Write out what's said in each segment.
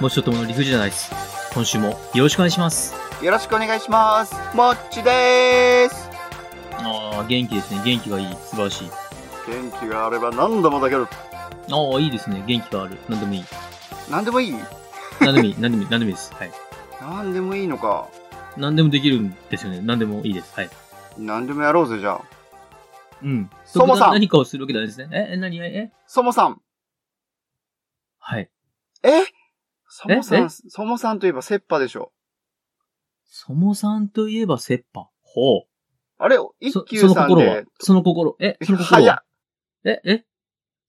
もちょっともの陸じゃないです。今週もよろしくお願いします。よろしくお願いします。もっちでーす。ああ、元気ですね。元気がいい。素晴らしい。元気があれば何度もだけど、ああ、いいですね。元気がある。何でもいい。何でもいい何でもいい。 何でもいい。何でもいいです。はい。何でもいいのか。何でもできるんですよね。何でもいいです。はい。何でもやろうぜ、じゃあ。うん。そもそも特段何かをするわけじゃないですね。え、え、何、え、えそもさん。はい。えそもさえん、そもさんといえばセッパでしょ。そもさんといえばセッパ。ほう。あれ、そ一そ休のさん心はで。その心。え、その心早っはえ、え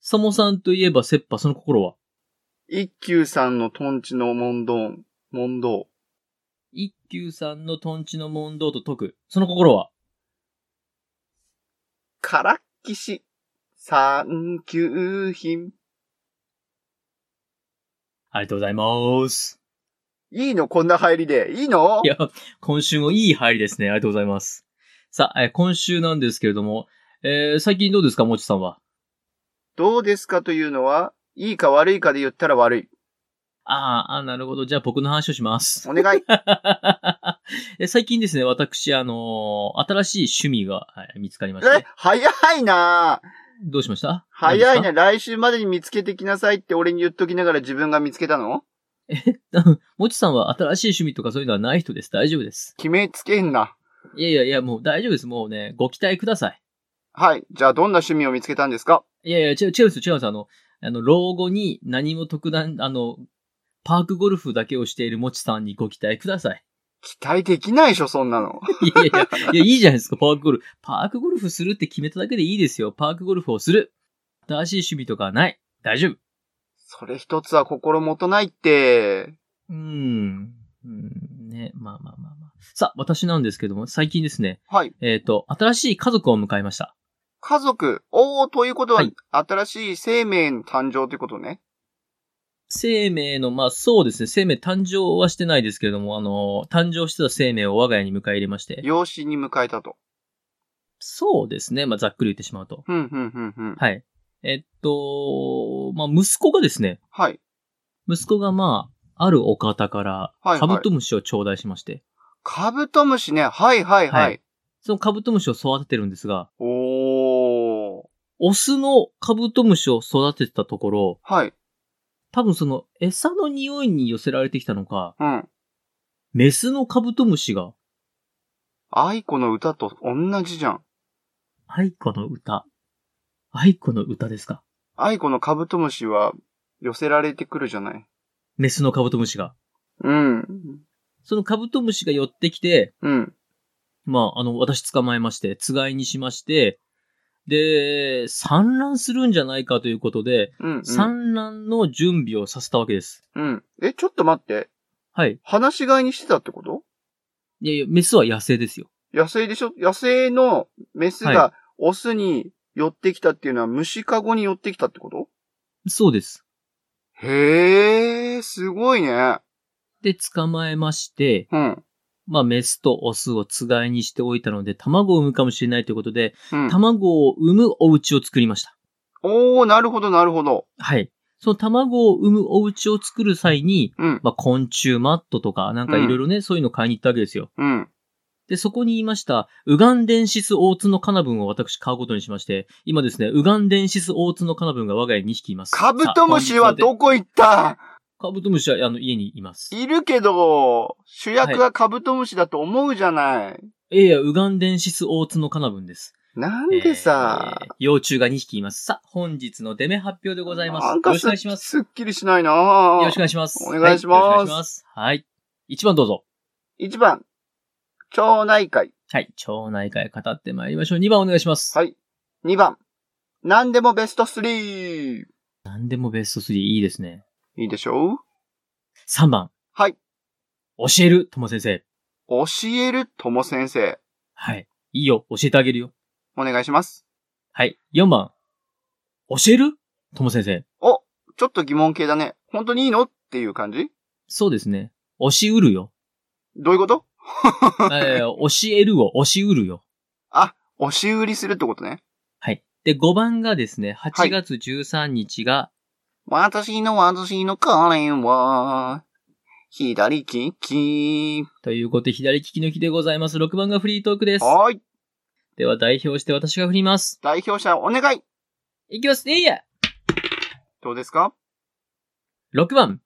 そもさんといえばセッパ、その心は一休さんのトンチの問答、問答。一休さんのトンチの問答と解く。その心はからっきし。三級品。ありがとうございます。いいのこんな入りで。いいのいや、今週もいい入りですね。ありがとうございます。さあ、えー今週なんですけれども、えー最近どうですか、もちさんは。どうですかというのは、いいか悪いかで言ったら悪い。あーあー、なるほど。じゃあ僕の話をします。お願 い。 え最近ですね、私、あのー新しい趣味が、はい見つかりましえて。、早いなぁどうしました早いねね。来週までに見つけてきなさいって俺に言っときながら自分が見つけたのうん もちさんは新しい趣味とかそういうのはない人です。大丈夫です。決めつけんな。いやいやいや、もう大丈夫です。もうね、ご期待ください。はい。じゃあどんな趣味を見つけたんですかいやいや、違う、違うんですよ、違うんですよ。あの、あの、老後に何も特段、あの、パークゴルフだけをしているもちさんにご期待ください。期待できないでしょ、そんなの。 いやいやいや、いや、いいじゃないですか、パークゴルフ。パークゴルフするって決めただけでいいですよ。パークゴルフをする。新しい趣味とかはない。大丈夫。それ一つは心もとないって。うーん。うーんね、まあまあまあまあ。さあ、私なんですけども、最近ですね、はい。えっ、と、新しい家族を迎えました。家族。おー、ということは、はい新しい生命の誕生ということね。生命の、まあそうですね、生命誕生はしてないですけれども、あの、誕生してた生命を我が家に迎え入れまして、養子に迎えたと。そうですね、まあざっくり言ってしまうと。ふんふんふんふん。はい。えっと、まあ息子がですね、はい。息子がまあ、あるお方からいはいカブトムシを頂戴しまして、カブトムシね。はいはいはい。はいそのカブトムシを育ててるんですが、おー。オスのカブトムシを育ててたところ、はい。多分その餌の匂いに寄せられてきたのか、うん。メスのカブトムシが、愛子の歌と同じじゃん。愛子の歌。愛子の歌ですか愛子のカブトムシは寄せられてくるじゃない。メスのカブトムシが。うん。そのカブトムシが寄ってきて、うん。まあ、あの、私捕まえまして、つがいにしまして、で、産卵するんじゃないかということで、うん。産卵の準備をさせたわけです。うん。え、ちょっと待って。はい。放し飼いにしてたってこといやいや、メスは野生ですよ。野生でしょ野生のメスはがオスに寄ってきたっていうのは虫かごに寄ってきたってことそうです。へー、すごいね。で、捕まえまして、うん。まあ、メスとオスをつがいにしておいたので、卵を産むかもしれないということで、うん。卵を産むお家を作りました。おー、なるほど、なるほど。はい。その卵を産むお家を作る際に、うん。まあ、昆虫マットとか、なんかいろいろね、そういうの買いに行ったわけですよ。うん。で、そこにいました、ウガンデンシスオーツのカナブンを私買うことにしまして、今ですね、ウガンデンシスオーツのカナブンが我が家に2匹います。カブトムシはさあ本日のどこ行ったカブトムシは、あの、家にいます。いるけど、主役はカブトムシだと思うじゃない。ええや、ウガンデンシスオーツのカナブンです。なんでさ、えー幼虫が2匹います。さあ、本日のデメ発表でございます。なよんかろしくお願いします。すっきりしないなよよろしくお願いします。お願いしまはいすよろくお願いします。はい。1番どうぞ。 1番、町内会。はい。町内会語ってまいりましょう。2番お願いします。はい。2番、何でもベスト3。何でもベスト3いいですね。いいでしょう3番、はい。教える、とも先生。教えるとも先生。はい。いいよ、教えてあげるよ。お願いします。はい。4番、教える、とも先生。お、ちょっと疑問系だね。本当にいいのっていう感じそうですね。教しうる よ。どういうことえー、教えるを教しうるよ。押し売りするってことね。はい。で、5番がですね、はい8月13日が、私の私の彼は、左利き。ということで、左利きの日でございます。6番がフリートークです。はーい。では、代表して私が振ります。代表者お願い。いきます。いいやどうですか !6 番、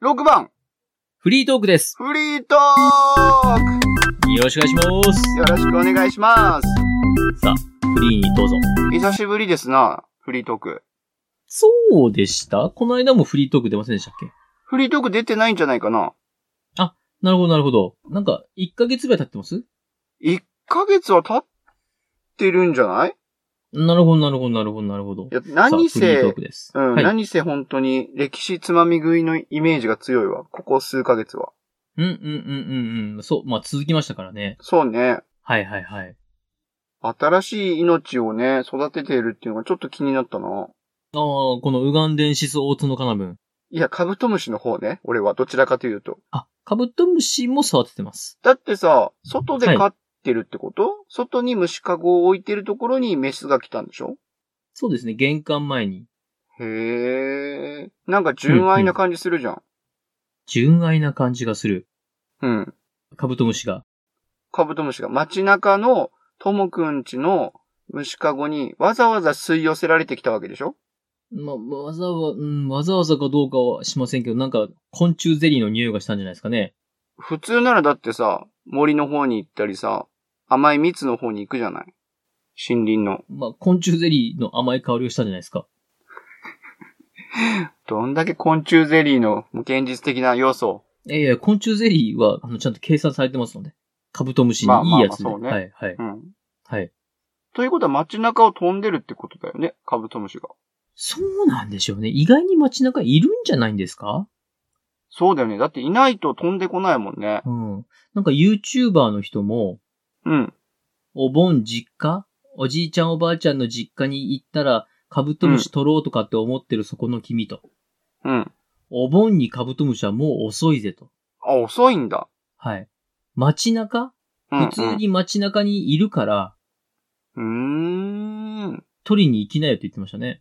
?6 番、フリートークです。フリートークよろしくお願いします。よろしくお願いします。さあ、フリーにどうぞ。久しぶりですな、フリートーク。そうでしたこの間もフリートーク出ませんでしたっけフリートーク出てないんじゃないかななるほど、なるほど。なんか、1ヶ月ぐらい経ってます ?1 ヶ月は経ってるんじゃないなるほど、なるほど、なるほど、なるほどい。や、何さあフリーせトー、クです。うん、はい。何せ本当に歴史つまみ食いのイメージが強いわ。ここ数ヶ月は。うん、うん、うん、うん、うん。そう、まあ、続きましたからね。そうね。はい、はい、はい。新しい命をね、育てているっていうのがちょっと気になったあな。あ、このウガンデンシスオーツのカナブン。いや、カブトムシの方ね。俺は、どちらかというと。あ、カブトムシも育ててます。だってさ、外で飼ってるってこと、外に虫かごを置いてるところにメスが来たんでしょそうですね、玄関前に。へえ。なんか純愛な感じするじゃん。純愛な感じがする。うん、カブトムシが。カブトムシが街中のともくんちの虫かごにわざわざ吸い寄せられてきたわけでしょま、わざわ、うん、わざわざかどうかはしませんけど、なんか、昆虫ゼリーの匂いがしたんじゃないですかね。普通ならだってさ、森の方に行ったりさ、甘い蜜の方に行くじゃない森林の。まあ、昆虫ゼリーの甘い香りをしたんじゃないですか。どんだけ昆虫ゼリーの現実的な要素。いやいや、昆虫ゼリーは、あの、ちゃんと計算されてますので。カブトムシにまあまいあいやつで。まあそうねはい、はい、うん。はい。ということは街中を飛んでるってことだよね、カブトムシが。そうなんでしょうね。意外に街中いるんじゃないんですかそうだよね。だっていないと飛んでこないもんね。うん。なんか YouTuber の人も、うん。お盆実家おじいちゃんおばあちゃんの実家に行ったら、カブトムシ取ろうとかって思ってるそこの君と。うん。お盆にカブトムシはもう遅いぜと。あ、遅いんだ。はい。街中うん、うん。普通に街中にいるから、うーん。取りに行きなよって言ってましたね。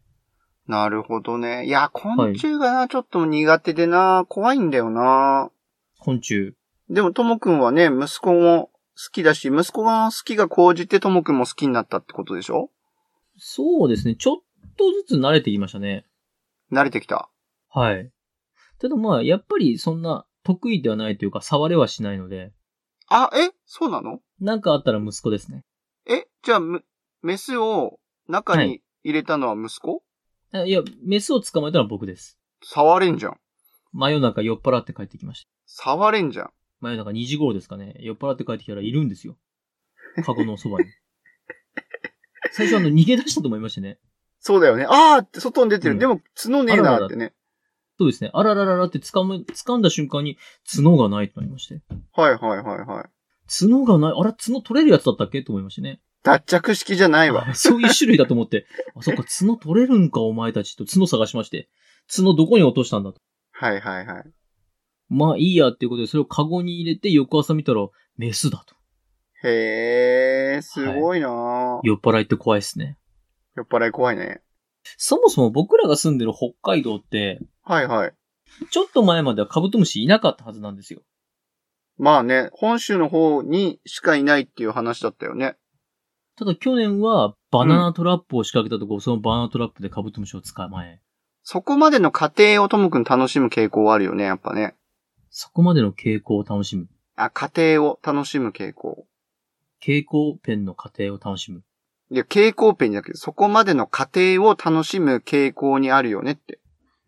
なるほどね。いや、昆虫がな、ちょっと苦手でな、怖いんだよな。昆虫。でも、ともくんはね、息子も好きだし、息子の好きが高じてともくんも好きになったってことでしょそうですね。ちょっとずつ慣れてきましたね。慣れてきた。はい。ただまあ、やっぱりそんな得意ではないというか、触れはしないので、あ、えそうなのなんかあったら息子ですね。えじゃあ、むメスを中はに入れたのは息子、あいや、メスを捕まえたのは僕です。触れんじゃん。真夜中酔っ払って帰ってきました。触れんじゃん。真夜中2時頃ですかね、酔っ払って帰ってきたらいるんですよ。カゴのそばに。最初あの逃げ出したと思いましてね。そうだよね。あーって外に出てる。うんでも、角ねえなーってね。そうですね。あららららって掴む、掴んだ瞬間に角がないとなりまして。はいはいはいはい。角がない、あら、角取れるやつだったっけと思いましてね。脱着式じゃないわ。そういう種類だと思って、あ、そっか、角取れるんか、お前たちと角探しまして。角どこに落としたんだと。はいはいはい。まあいいやっていうことで、それをカゴに入れて翌朝見たら、メスだと。へー、すごいなー酔っ払いって怖いですね。酔っ払い怖いね。そもそも僕らが住んでる北海道って、はいはい。ちょっと前まではカブトムシいなかったはずなんですよ。まあね、本州の方にしかいないっていう話だったよね。ただ去年はバナナトラップを仕掛けたところ、そのバナナトラップでカブトムシを捕まえ、そこまでの過程をともくん楽しむ傾向はあるよね、やっぱね。そこまでの傾向を楽しむ。あ、過程を楽しむ傾向。蛍光ペンの過程を楽しむ。いや、傾向ペンじゃなくて、そこまでの過程を楽しむ傾向にあるよねって。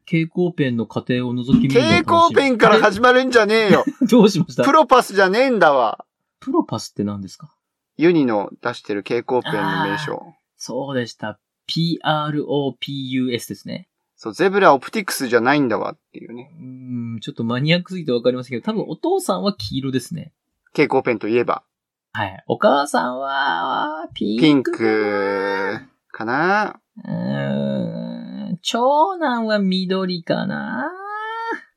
蛍光ペンの過程を覗き見るのを楽しむ。傾向ペンからあ始まるんじゃねえよ れどうしましたプロパスじゃねえんだわプロパスって何ですかユニの出してる蛍光ペンの名称。そうでした。PROPUS ですね。そう、ゼブラオプティクスじゃないんだわっていううね。ーん、ちょっとマニアックすぎてわかりませんけど、多分お父さんは黄色ですね。蛍光ペンといえば、はい。お母さんは、ピピンンクかな。クかなうーん長男は緑かな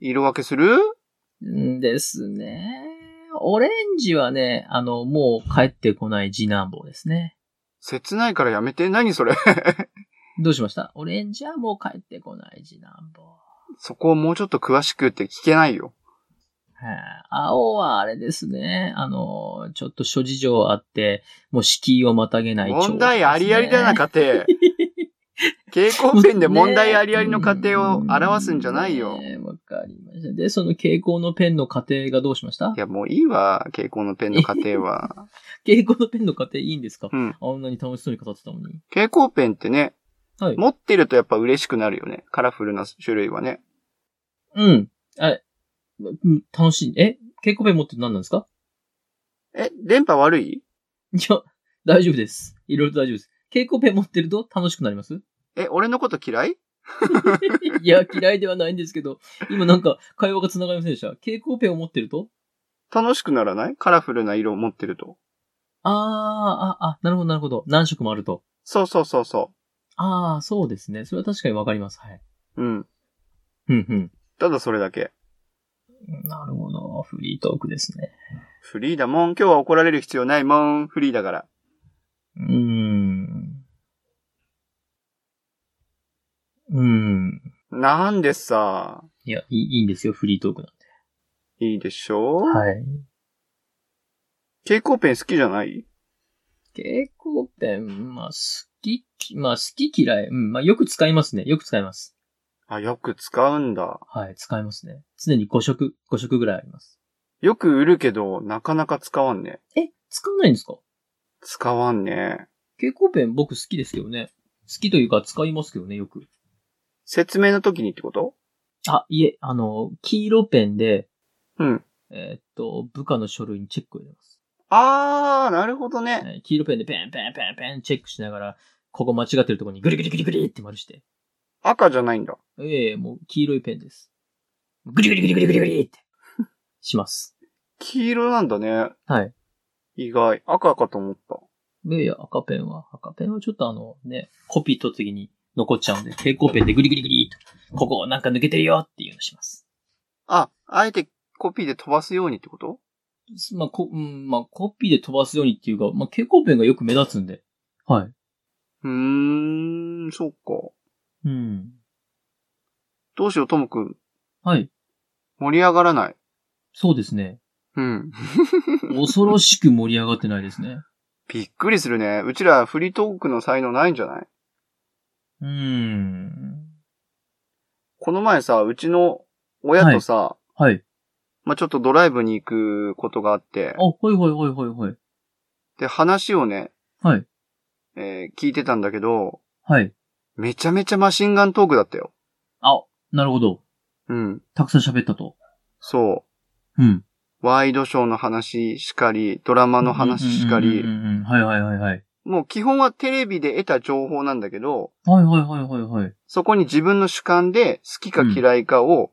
色分けするんですね。オレンジはね、あの、もう帰ってこない次男坊ですね。切ないからやめて。何それどうしましたオレンジはもう帰ってこない次男坊。 そこをもうちょっと詳しくって聞けないよ。はい青はあれですね。あの、ちょっと諸事情あって、もう敷居をまたげない、問題ありありだ な、。家庭。蛍光ペンで問題ありありの家庭を表すんじゃないよね。えわかりました。で、その蛍光のペンの過程がどうしましたいや、もういいわ、蛍光のペンの家庭 は。蛍光のペンの過程いいんですかうん。あんなに楽しそうに語ってたのに。蛍光ペンってね、はい。持ってるとやっぱ嬉しくなるよね。カラフルな種類はね。うん。あ、うん楽しい。え蛍光ペン持って何なんですかえ、電波悪いいや、大丈夫です。いろいろと大丈夫です。蛍光ペン持ってると楽しくなります え、俺のこと嫌いいや、嫌いではないんですけど、今なんか会話が繋がりませんでした。蛍光ペンを持ってると楽しくならないカラフルな色を持ってると。あー、あ、あ、なるほど、なるほど。何色もあると。そうそうそうそあー、そうですね。それは確かにわかります。はい。う。うん。うん、うん。ただそれだけ。なるほど。フリートークですね。フリーだもん。今日は怒られる必要ないもん。フリーだから。うーん。うーん。なんでさ、いや、いいいいんですよ。フリートークなんで。いいでしょう、はい。蛍光ペン好きじゃない蛍光ペン、まあ、好き、まあ、好き嫌い。うん、まあ、よく使いますね。よく使います。あ、よく使うんだ。はい、使いますね。常に5色、5色ぐらいあります。よく売るけど、なかなか使わんね。え、使わないんですか使わんね。蛍光ペン僕好きですけどね。好きというか使いますけどね、よく。説明の時にってことあ、いえ、あの、黄色ペンで、うん。えーっと、部下の書類にチェックを入れます。あー、なるほどね。えー黄色ペンでペンペンペンペンチェックしながら、ここ間違ってるところにグリグリグリグリって丸して。赤じゃないんだ。ええもう黄色いペンです。グリグリグリグリグリグリって、します。黄色なんだね。はい。意外。赤かと思った。いやいや、赤ペンは、赤ペンはちょっとあのね、コピー取った時に残っちゃうんで、蛍光ペンでグリグリグリと、ここなんか抜けてるよっていうのします。あ、あえてコピーで飛ばすようにってことまあ、こ、うん、まあ、コピーで飛ばすようにっていうか、まあ、蛍光ペンがよく目立つんで。はい。うーん、そっか。うん。どうしよう、ともくん。はい。盛り上がらない。そうですね。うん。恐ろしく盛り上がってないですね。びっくりするね。うちらフリートークの才能ないんじゃないうーん。この前さ、うちの親とさ、はい。まあ、ちょっとドライブに行くことがあってあ、、はいはいはいはいはい。で、話をね、はい。えー聞いてたんだけど、はい。めちゃめちゃマシンガントークだったよ。あ、なるほど。うん。たくさん喋ったと。そうん。う。ワイドショーの話しかり、ドラマの話しかうんりう、んうんうん。はいはいはいはい。もう基本はテレビで得た情報なんだけど、はいはいはいはいはい。そこに自分の主観で好きか嫌いかを、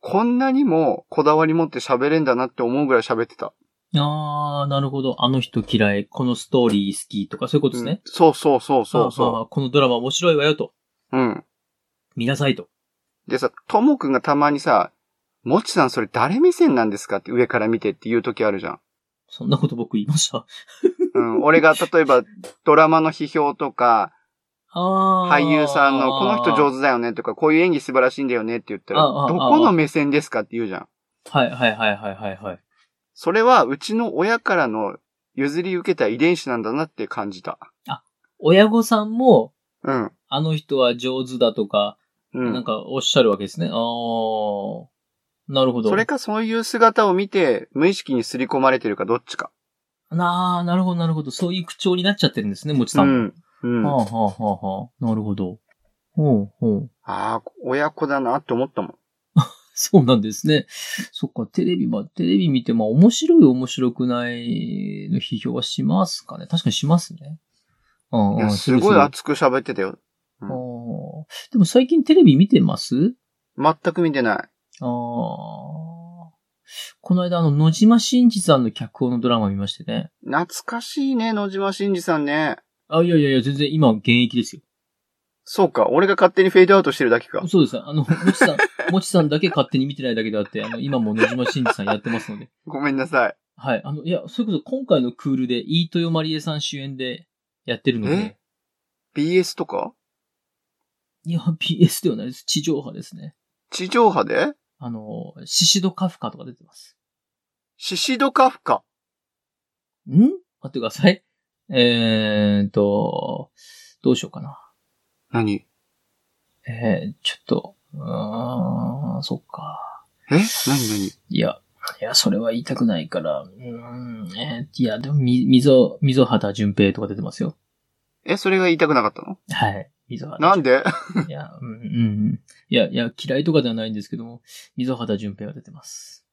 こんなにもこだわり持って喋れんだなって思うぐらい喋ってた。あー、なるほど。あの人嫌い、このストーリー好きとかそういうことですうんね。そうそうそうそあうまあまそあこのドラマ面白いわよと。う。うん。見なさいと。でさ、ともくんがたまにさ、もちさんそれ誰目線なんですかって上から見てって言う時あるじゃん。そんなこと僕言いました。 うん。俺が例えばドラマの批評とか、あー。 俳優さんのこの人上手だよねとか、こういう演技素晴らしいんだよねって言ったら、ああああどこの目線ですかって言うじゃん。手。はいはいはいはいはいはい。それはうちの親からの譲り受けた遺伝子なんだなって感じた。親御さんも、うん。あの人は上手だとか、うん。なんかおっしゃるわけですね。あー。なるほど。それかそういう姿を見て、無意識に刷り込まれてるかどっちか。なあ、なるほどなるほど。そういう口調になっちゃってるんですね、もちうさんも。ん。うん。はああはあはあはあ。なるほど。ほうほう。あー、親子だなって思ったもん。 そうなんですね。そっか、テレビ、まあ、テレビ見て、まあ、面白い、面白くないの批評はしますかね。確かにしますね。うんいうんや、すごいる熱く喋ってたよ。あーでも最近テレビ見てます全く見てない。あーこの間、あの、野島真二さんの脚本のドラマ見ましてね。懐かしいね、野島真二さんね。あ、いやいやいや、全然今現役ですよ。そうか、俺が勝手にフェードアウトしてるだけか。そうです。あの、もちさん、もちさんだけ勝手に見てないだけであって、あの、今も野島真二さんやってますので。ごめんなさい。はい。あの、いや、それこそ今回のクールで、飯豊まりえさん主演でやってるのでえ。BS とかいや、BS ではないです。地上波ですね。地上波であの、シシドカフカとか出てます。シシドカフカ。ん待ってください。えーっと、どうしようかな。何えー、ちょっと、うーん、そっか。え何何いや、いや、それは言いたくないから、うーん、えーいや、でも、み、溝、溝端淳平とか出てますよ。え、それが言いたくなかったのはい。溝端。な んでいや、うん、うん。いや、いや、嫌いとかではないんですけども、溝端淳平が出てます。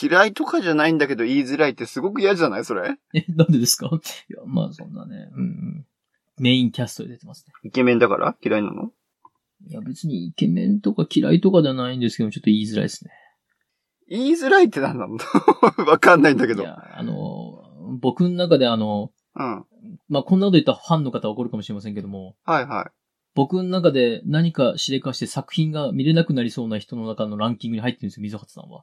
嫌いとかじゃないんだけど言いづらいってすごく嫌じゃないそれ。え、なんでですか いや、まあそんなね、うんうん。メインキャストで出てますね。イケメンだから嫌いなのいや、別にイケメンとか嫌いとかではないんですけど、ちょっと言いづらいですね。言いづらいって何なの わかんないんだけどい。や、あの、僕の中であの、うん。はいまあこんなこと言ったらファンの方は怒るかもしれませんけども、は僕の中で何かしでかして作品が見れなくなりそうな人の中のランキングに入ってるんですよ、溝端さんは。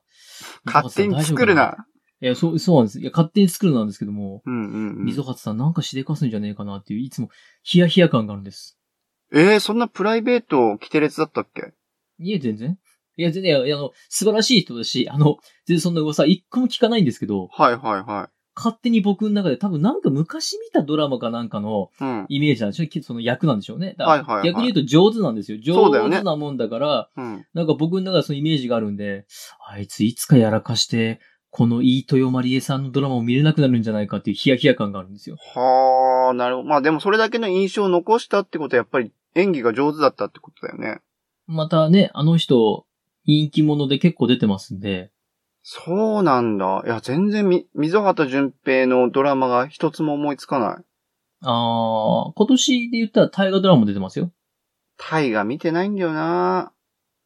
い。勝手に作るな。いや、そう、そうなんです。いや、勝手に作るなんですけども、うんうん、う溝ん。端さんなんかしでかすんじゃねえかなっていう、いつもヒヤヒヤ感があるんです。えー、そんなプライベート規定列だったっけいえ、全然。いや、全然、いや、あの、素晴らしい人だし、あの、全然そんな噂一個も聞かないんですけど、はいはいは勝手に僕の中で多分なんか昔見たドラマかなんかのい。うん。イメージなんでしょうねその役なんでしょうね。だはいはいはい逆に言うと上手なんですよ。そうだよ上ね手なもんだから、うん。なんか僕の中でそのイメージがあるんで、あいついつかやらかして、この飯豊まりえさんのドラマを見れなくなるんじゃないかっていうヒヤヒヤ感があるんですよ。はあ、なるほど。まあでもそれだけの印象を残したってことはやっぱり演技が上手だったってことだよね。またね、あの人、人気者で結構出てますんで、そうなんだ。いや、全然み、溝端淳平のドラマが一つも思いつかない。あー、今年で言ったら大河ドラマも出てますよ。タイが見てないんだよな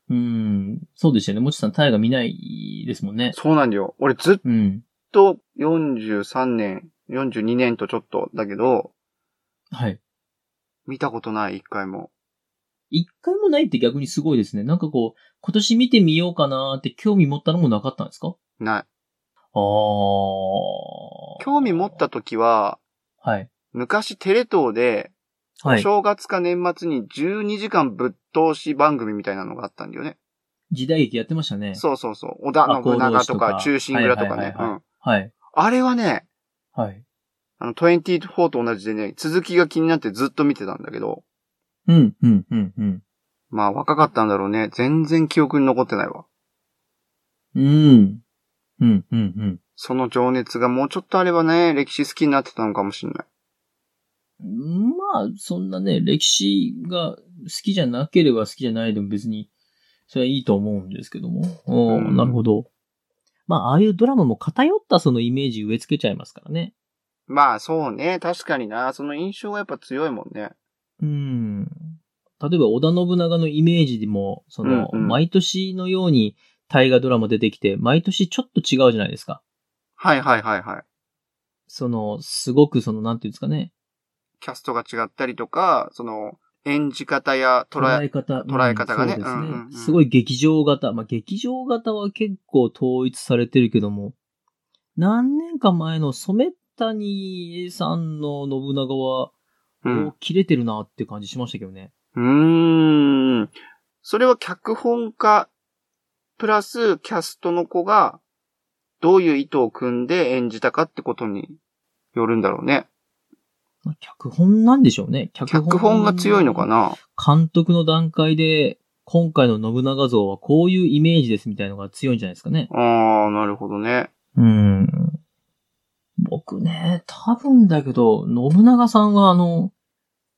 うん。そうでしたよね。もちさん、タイが見ないですもんね。そうなんだよ。俺ずっうん。と43年、42年とちょっとだけど、はい。見たことない、一回も。一回もないって逆にすごいですね。なんかこう、今年見てみようかなーって興味持ったのもなかったんですかない。あー。興味持った時は、はい。昔テレ東で、はい。正月か年末に12時間ぶっ通し番組みたいなのがあったんだよね。時代劇やってましたね。そうそうそう。織田赤信長と穂浪士とかか忠臣蔵とかはいねはい。うはいはいん。はい。あれはね、はい。あの、24と同じでね、続きが気になってずっと見てたんだけど、うん、うん、うん、うん。まあ若かったんだろうね。全然記憶に残ってないわ。うん。うん、うん、うん。その情熱がもうちょっとあればね、歴史好きになってたのかもしれない。まあ、そんなね、歴史が好きじゃなければ好きじゃないでも別に、それはいいと思うんですけども。おーうんなるほど。まあ、ああいうドラマも偏ったそのイメージ植え付けちゃいますからね。まあそうね、確かにな。その印象はやっぱ強いもんね。うん。例えば、織田信長のイメージでも、その、うんうん毎年のように大河ドラマ出てきて、毎年ちょっと違うじゃないですか。はいはいはいはい。その、すごくその、なんていうんですかね。キャストが違ったりとか、その、演じ方や捉捉え、え方。捉え方がねうんそうですね。うんうんうんすごい劇場型。まあ、劇場型は結構統一されてるけども、何年か前の染谷さんの信長は、うんお切れてるなって感じしましたけどね。うーん。それは脚本家、プラスキャストの子が、どういう意図を組んで演じたかってことによるんだろうね。まあ脚本なんでしょうね。脚脚本が強いのかな監督の段階で、今回の信長像はこういうイメージですみたいのが強いんじゃないですかね。ああ、なるほどね。うん。僕ね、多分だけど、信長さんはあの、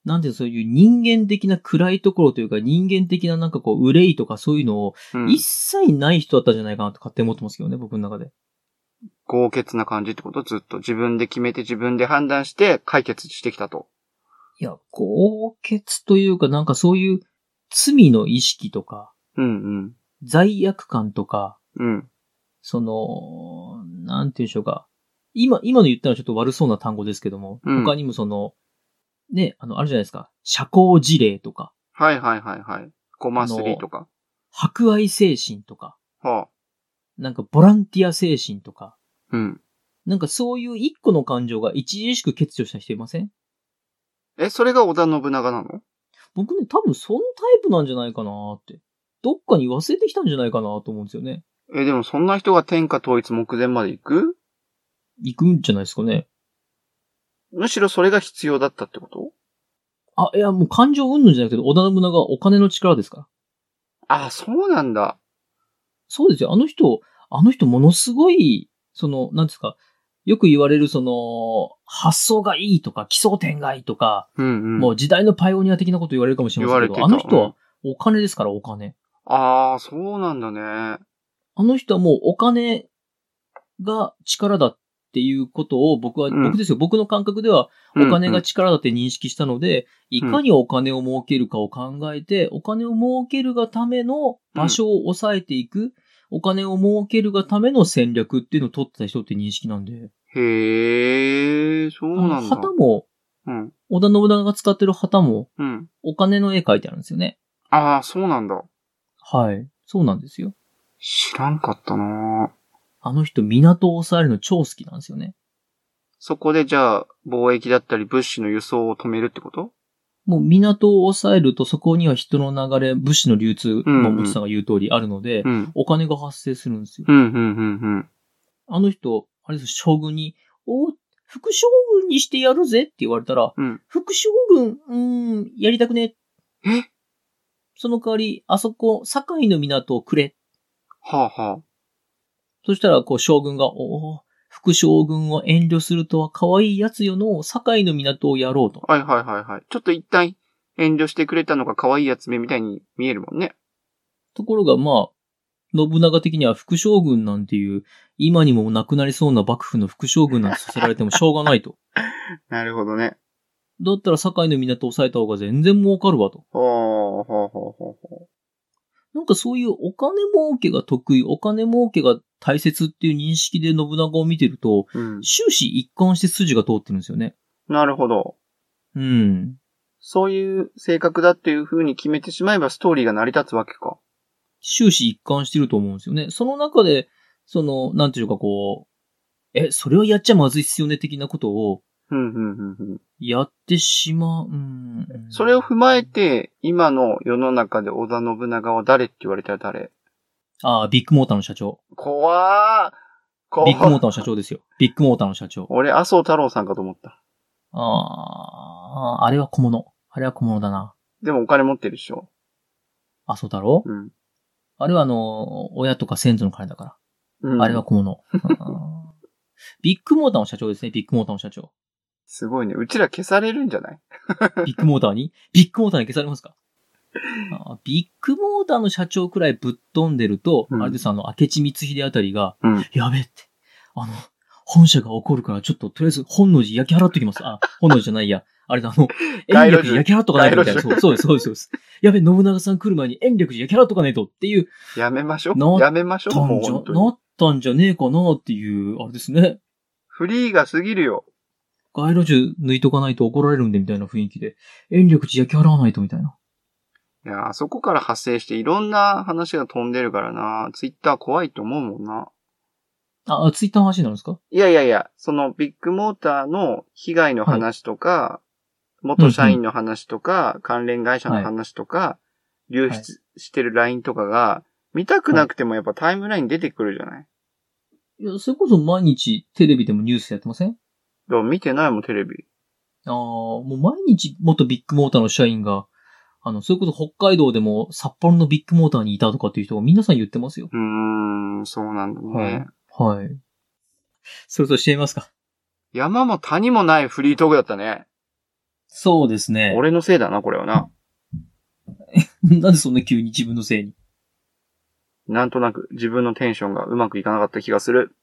なんていうのそういう人間的な暗いところというか、人間的ななんかこう、憂いとかそういうのをうん一切ない人だったんじゃないかなと勝手に思ってますけどね、僕の中で。豪傑な感じってことずっと自分で決めて自分で判断して解決してきたと。いや、豪傑というか、なんかそういう罪の意識とか、うん罪悪感とか、うん。うん。その、なんていうんでしょうか。今、今の言ったのはちょっと悪そうな単語ですけども、うん他にもその、ね、あの、あるじゃないですか。社交辞令とか、はいはいはいはい。コマスリーとか。博愛精神とか、はあ。なんかボランティア精神とか、うん。なんかそういう一個の感情が著しく欠如した人いませんえ、それが織田信長なの僕ね、多分そのタイプなんじゃないかなーって。どっかに忘れてきたんじゃないかなと思うんですよね。え、でもそんな人が天下統一目前まで行く行くんじゃないですかね。むしろそれが必要だったってことあ、いや、もう感情云々じゃなくて、織田信長はお金の力ですから。あ、そうなんだ。そうですよ。あの人、あの人ものすごい、その、なんですか、よく言われるその、発想がいいとか、奇想天外とか、うんうん。もう時代のパイオニア的なこと言われるかもしれませんけど、言あわれのてた人はお金ですから、お金。ああ、そうなんだね。あの人はもうお金が力だっていうことを僕は、うん僕ですよ、僕の感覚ではお金が力だって認識したので、うんいかにお金を儲けるかを考えて、お金を儲けるがための場所を抑えていく、お金を儲けるがための戦略っていうのを取ってた人って認識なんで、うんうんへえ、そうあのなんだ。旗も、うん。織田信長が使ってる旗もうん。お金の絵描いてあるんですよね。ああ、そうなんだ。はい。そうなんですよ。知らんかったなあの人、港を抑えるの超好きなんですよね。そこでじゃあ、貿易だったり物資の輸送を止めるってこともう港を抑えるとそこには人の流れ、物資の流通、うんうんまあ、もちさんが言う通りあるので、うん。お金が発生するんですよ。うん、うん、うん、あの人、あれです、将軍に、お副将軍にしてやるぜって言われたら、うん副将軍、うーん、やりたくね。えその代わり、あそこ、堺の港をくれ。はあ、はそしたら、こう、将軍が、おー副将軍を遠慮するとは可愛いやつよの、堺の港をやろうと。あ。はい、はい、はい、はい。ちょっと一旦遠慮してくれたのが可愛いやつめみたいに見えるもんね。ところが、まあ、信長的には副将軍なんていう、今にもなくなりそうな幕府の副将軍なんてさせられてもしょうがないと。なるほどね。だったら堺の港を抑えた方が全然儲かるわと。ほう、ほう、ほう、ほう、ほなんかそういうお金儲けが得意、お金儲けが大切っていう認識で信長を見てると、う。うん。終始一貫して筋が通ってるんですよね。なるほど。うん。そういう性格だっていう風に決めてしまえばストーリーが成り立つわけか。終始一貫してると思うんですよね。その中で、その、なんていうかこう、え、それはやっちゃまずいっすよね的なことをうん、うん、うん、うん。やってしまう。うんそれを踏まえて、今の世の中で織田信長は誰って言われたら誰ああ、ビッグモーターの社長。怖ー怖ビッグモーターの社長ですよ。ビッグモーターの社長。俺、麻生太郎さんかと思った。ああ、あれは小物。あれは小物だな。でもお金持ってるでしょ。あ、そうだろううん。あれはあの、親とか先祖の金だかうん、ら。あれは小物。うんビッグモーターの社長ですね、ビッグモーターの社長。すごいね。うちら消されるんじゃないビッグモーターにビッグモーターに消されますかあービッグモーターの社長くらいぶっ飛んでると、うんあれです、あの、明智光秀あたりが、うんやべえって、あの、本社が怒るから、ちょっととりあえず本能寺焼き払っときます。あ、本能寺じゃないや。あれだ、あの、 街延路暦樹寺焼き払っとかないとみたいな。街そうそうです、そうです、そうです。やべえ、信長さん来る前に延暦寺焼き払っとかないとっていう、やめましょなう。やめましょう。たもんうじゃ、本当なに。ったんじゃねえかなっていう、あれですね。フリーが過ぎるよ。街路樹抜いとかないと怒られるんでみたいな雰囲気で、延暦寺焼き払わないとみたいな。いや、あそこから発生していろんな話が飛んでるからな。ツイッター怖いと思うもんな。あ、あツイッターの話になるんですかいやいやいや、そのビッグモーターの被害の話とか、元社員の話とか、関連会社の話とか、は流い出してる LINE とかが、見たくなくてもやっぱタイムライン出てくるじゃない。いや、それこそ毎日テレビでもニュースやってませんでも見てないもん、テレビ。ああ、もう毎日元ビッグモーターの社員が、あの、それこそ北海道でも札幌のビッグモーターにいたとかっていう人が皆さん言ってますよ。うーん、そうなんだね。はいはい。それとしてみますか。山も谷もないフリートークだったね。そうですね。俺のせいだな、これはな。なんでそんな急に自分のせいに。なんとなく自分のテンションがうまくいかなかった気がする。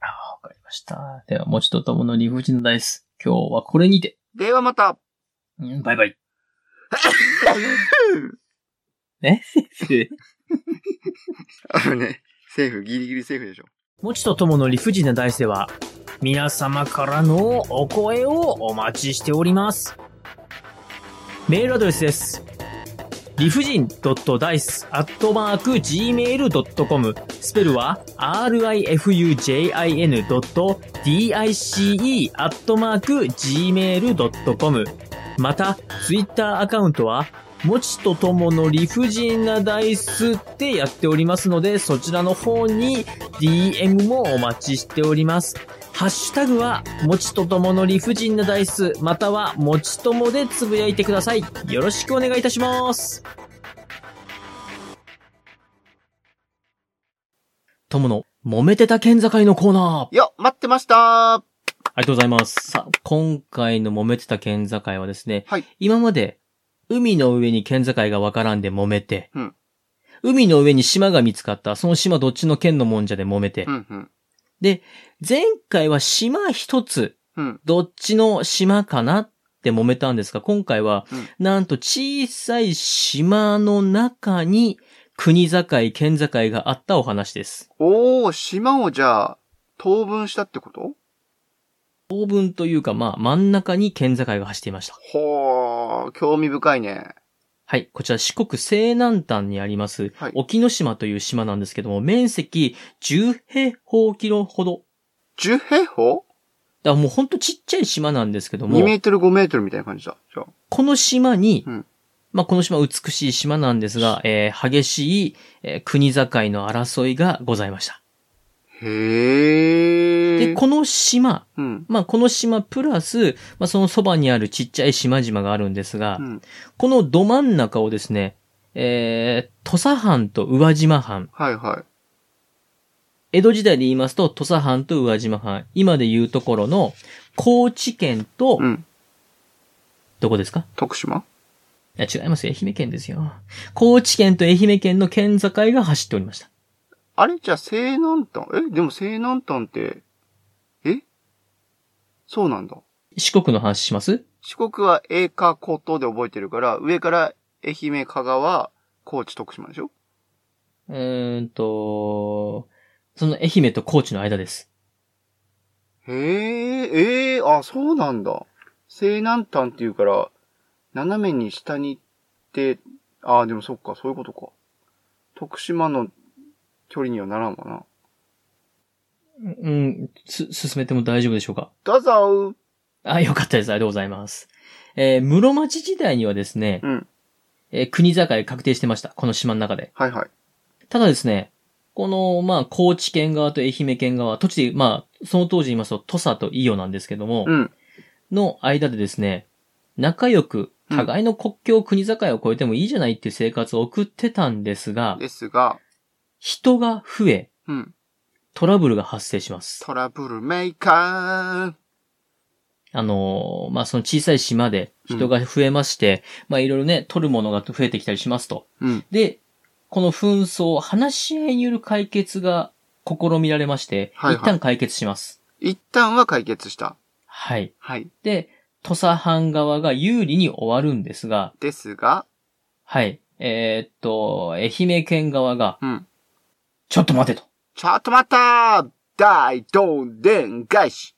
ああ、わかりました。では、もちとともの理不尽なダイス。今日はこれにて。ではまたうん、バイ バイ。えあのね、セーフ、ギリギリセーフでしょ。もちとともの理不尽な大世は、皆様からのお声をお待ちしております。メールアドレスです。理不尽 .dice.gmail.com スペルは rifujin.dice.gmail.com また、ツイッターアカウントは、もちとともの理不尽なダイスってやっておりますので、そちらの方に DM もお待ちしております。ハッシュタグは、もちとともの理不尽なダイス、または、もちともでつぶやいてください。よろしくお願いいたします。友の、揉めてた県境のコーナーいや、待ってましたありがとうございます。さあ、今回の揉めてた県境はですね、はい今まで、海の上に県境がわからんで揉めて、うん海の上に島が見つかった、その島どっちの県のもんじゃで揉めて、うんうん。前回は島一つ、うんどっちの島かなって揉めたんですが、今回は、うなんと小さい島の中に、国境、県境があったお話です。おー、島をじゃあ、当分したってこと当分というか、まあ、真ん中に県境が走っていました。ほー、興味深いね。はい。こちら四国西南端にあります、はい沖ノ島という島なんですけども、面積10平方キロほど。 10平だ方からもうほんとちっちゃい島なんですけど ?2 メも、ートル5メートルみたいな感じだ。じゃあ。この島に、うんまあこの島美しい島なんですが、えー激しい、えー国境の争いがございました。へー。で、この島、うん。まあこの島プラス、まあそのそばにあるちっちゃい島々があるんですが、うん。このど真ん中をですね、えー、土佐藩と宇和島藩、はいはい。江戸時代で言いますと、土佐藩と宇和島藩。今で言うところの、高知県と、うん。どこですか徳島いや、違いますよ。愛媛県ですよ。高知県と愛媛県の県境が走っておりました。あれじゃあ西南端えでも西南端って、えそうなんだ。四国の話します四国は栄華高等で覚えてるから、上から愛媛、香川、高知、徳島でしょうーんと、その愛媛と高知の間です。へえ、ええあ、そうなんだ。西南端っていうから、斜めに下に行って、あでもそっか、そういうことか。徳島の距離にはならんわな。うん、す、進めても大丈夫でしょうかどぞあ、よかったです。ありがとうございます。えー室町時代にはですね、うん。えー国境確定してました。この島の中で。はいはい。ただですね、この、まあ、高知県側と愛媛県側、土地で、まあ、その当時言いますと、土佐と伊予なんですけども、うん。の間でですね、仲良く、うん互いの国境、国境を越えてもいいじゃないっていう生活を送ってたんですが、ですが、人が増え、うん。トラブルが発生します。トラブルメーカあのーまあ、その小さい島で人が増えまして、まあ、いろいろね、取るものが増えてきたりしますと。ー。うん。で、この紛争、話し合いによる解決が試みられまして、はいはい一旦解決します。一旦は解決した。はい。はい。で、土佐藩側が有利に終わるんですが、ですが、はい。えーっと、愛媛県側が、うん。ちょっと待てと。ちょっと待ったー大どんでん返し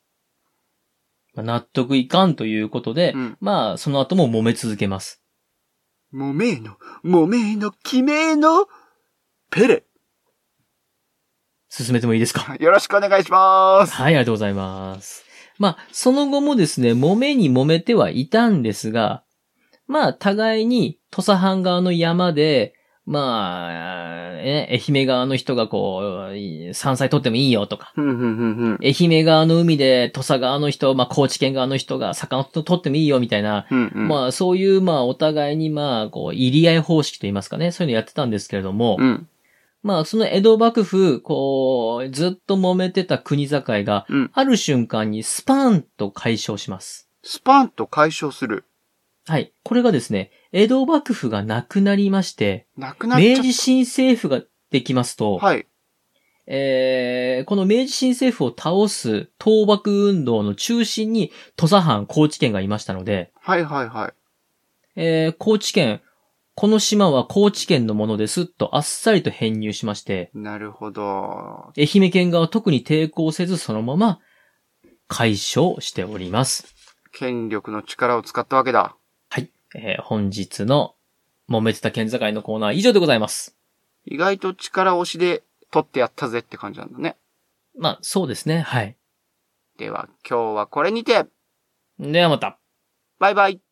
まあ納得いかんということで、うんまあ、その後も揉め続けます。もめえの、もめえの、きめえの、ペレ 進めてもいいですかよろしくお願いしますはい、ありがとうございます。まあ、その後もですね、揉めに揉めてはいたんですが、まあ、互いに土佐藩側の山で、まあ、え愛媛側の人がこう、山菜取ってもいいよとか、ふんふんふんふん。愛媛側の海で土佐側の人、まあ、高知県側の人が魚と取ってもいいよみたいな、うんうん。まあ、そういう、まあ、お互いに、まあ、こう、入り合い方式といいますかね、そういうのやってたんですけれども、うん。まあ、その江戸幕府、こう、ずっと揉めてた国境が、うんある瞬間にスパーンと解消します。スパンと解消する。はい。これがですね、江戸幕府がなくなりまして、なくなっちゃ明っ治新政府ができますと、た。はい。えーこの明治新政府を倒す倒幕運動の中心に土佐藩高知県がいましたので、はいはいはい。えー高知県、この島は高知県のものですとあっさりと編入しまして、なるほど。愛媛県側は特に抵抗せずそのまま解消しております。権力の力を使ったわけだ。えー本日の揉めてた県境のコーナーは以上でございます。意外と力押しで取ってやったぜって感じなんだね。まあ、そうですね。はい。では、今日はこれにて、ではまた。バイバイ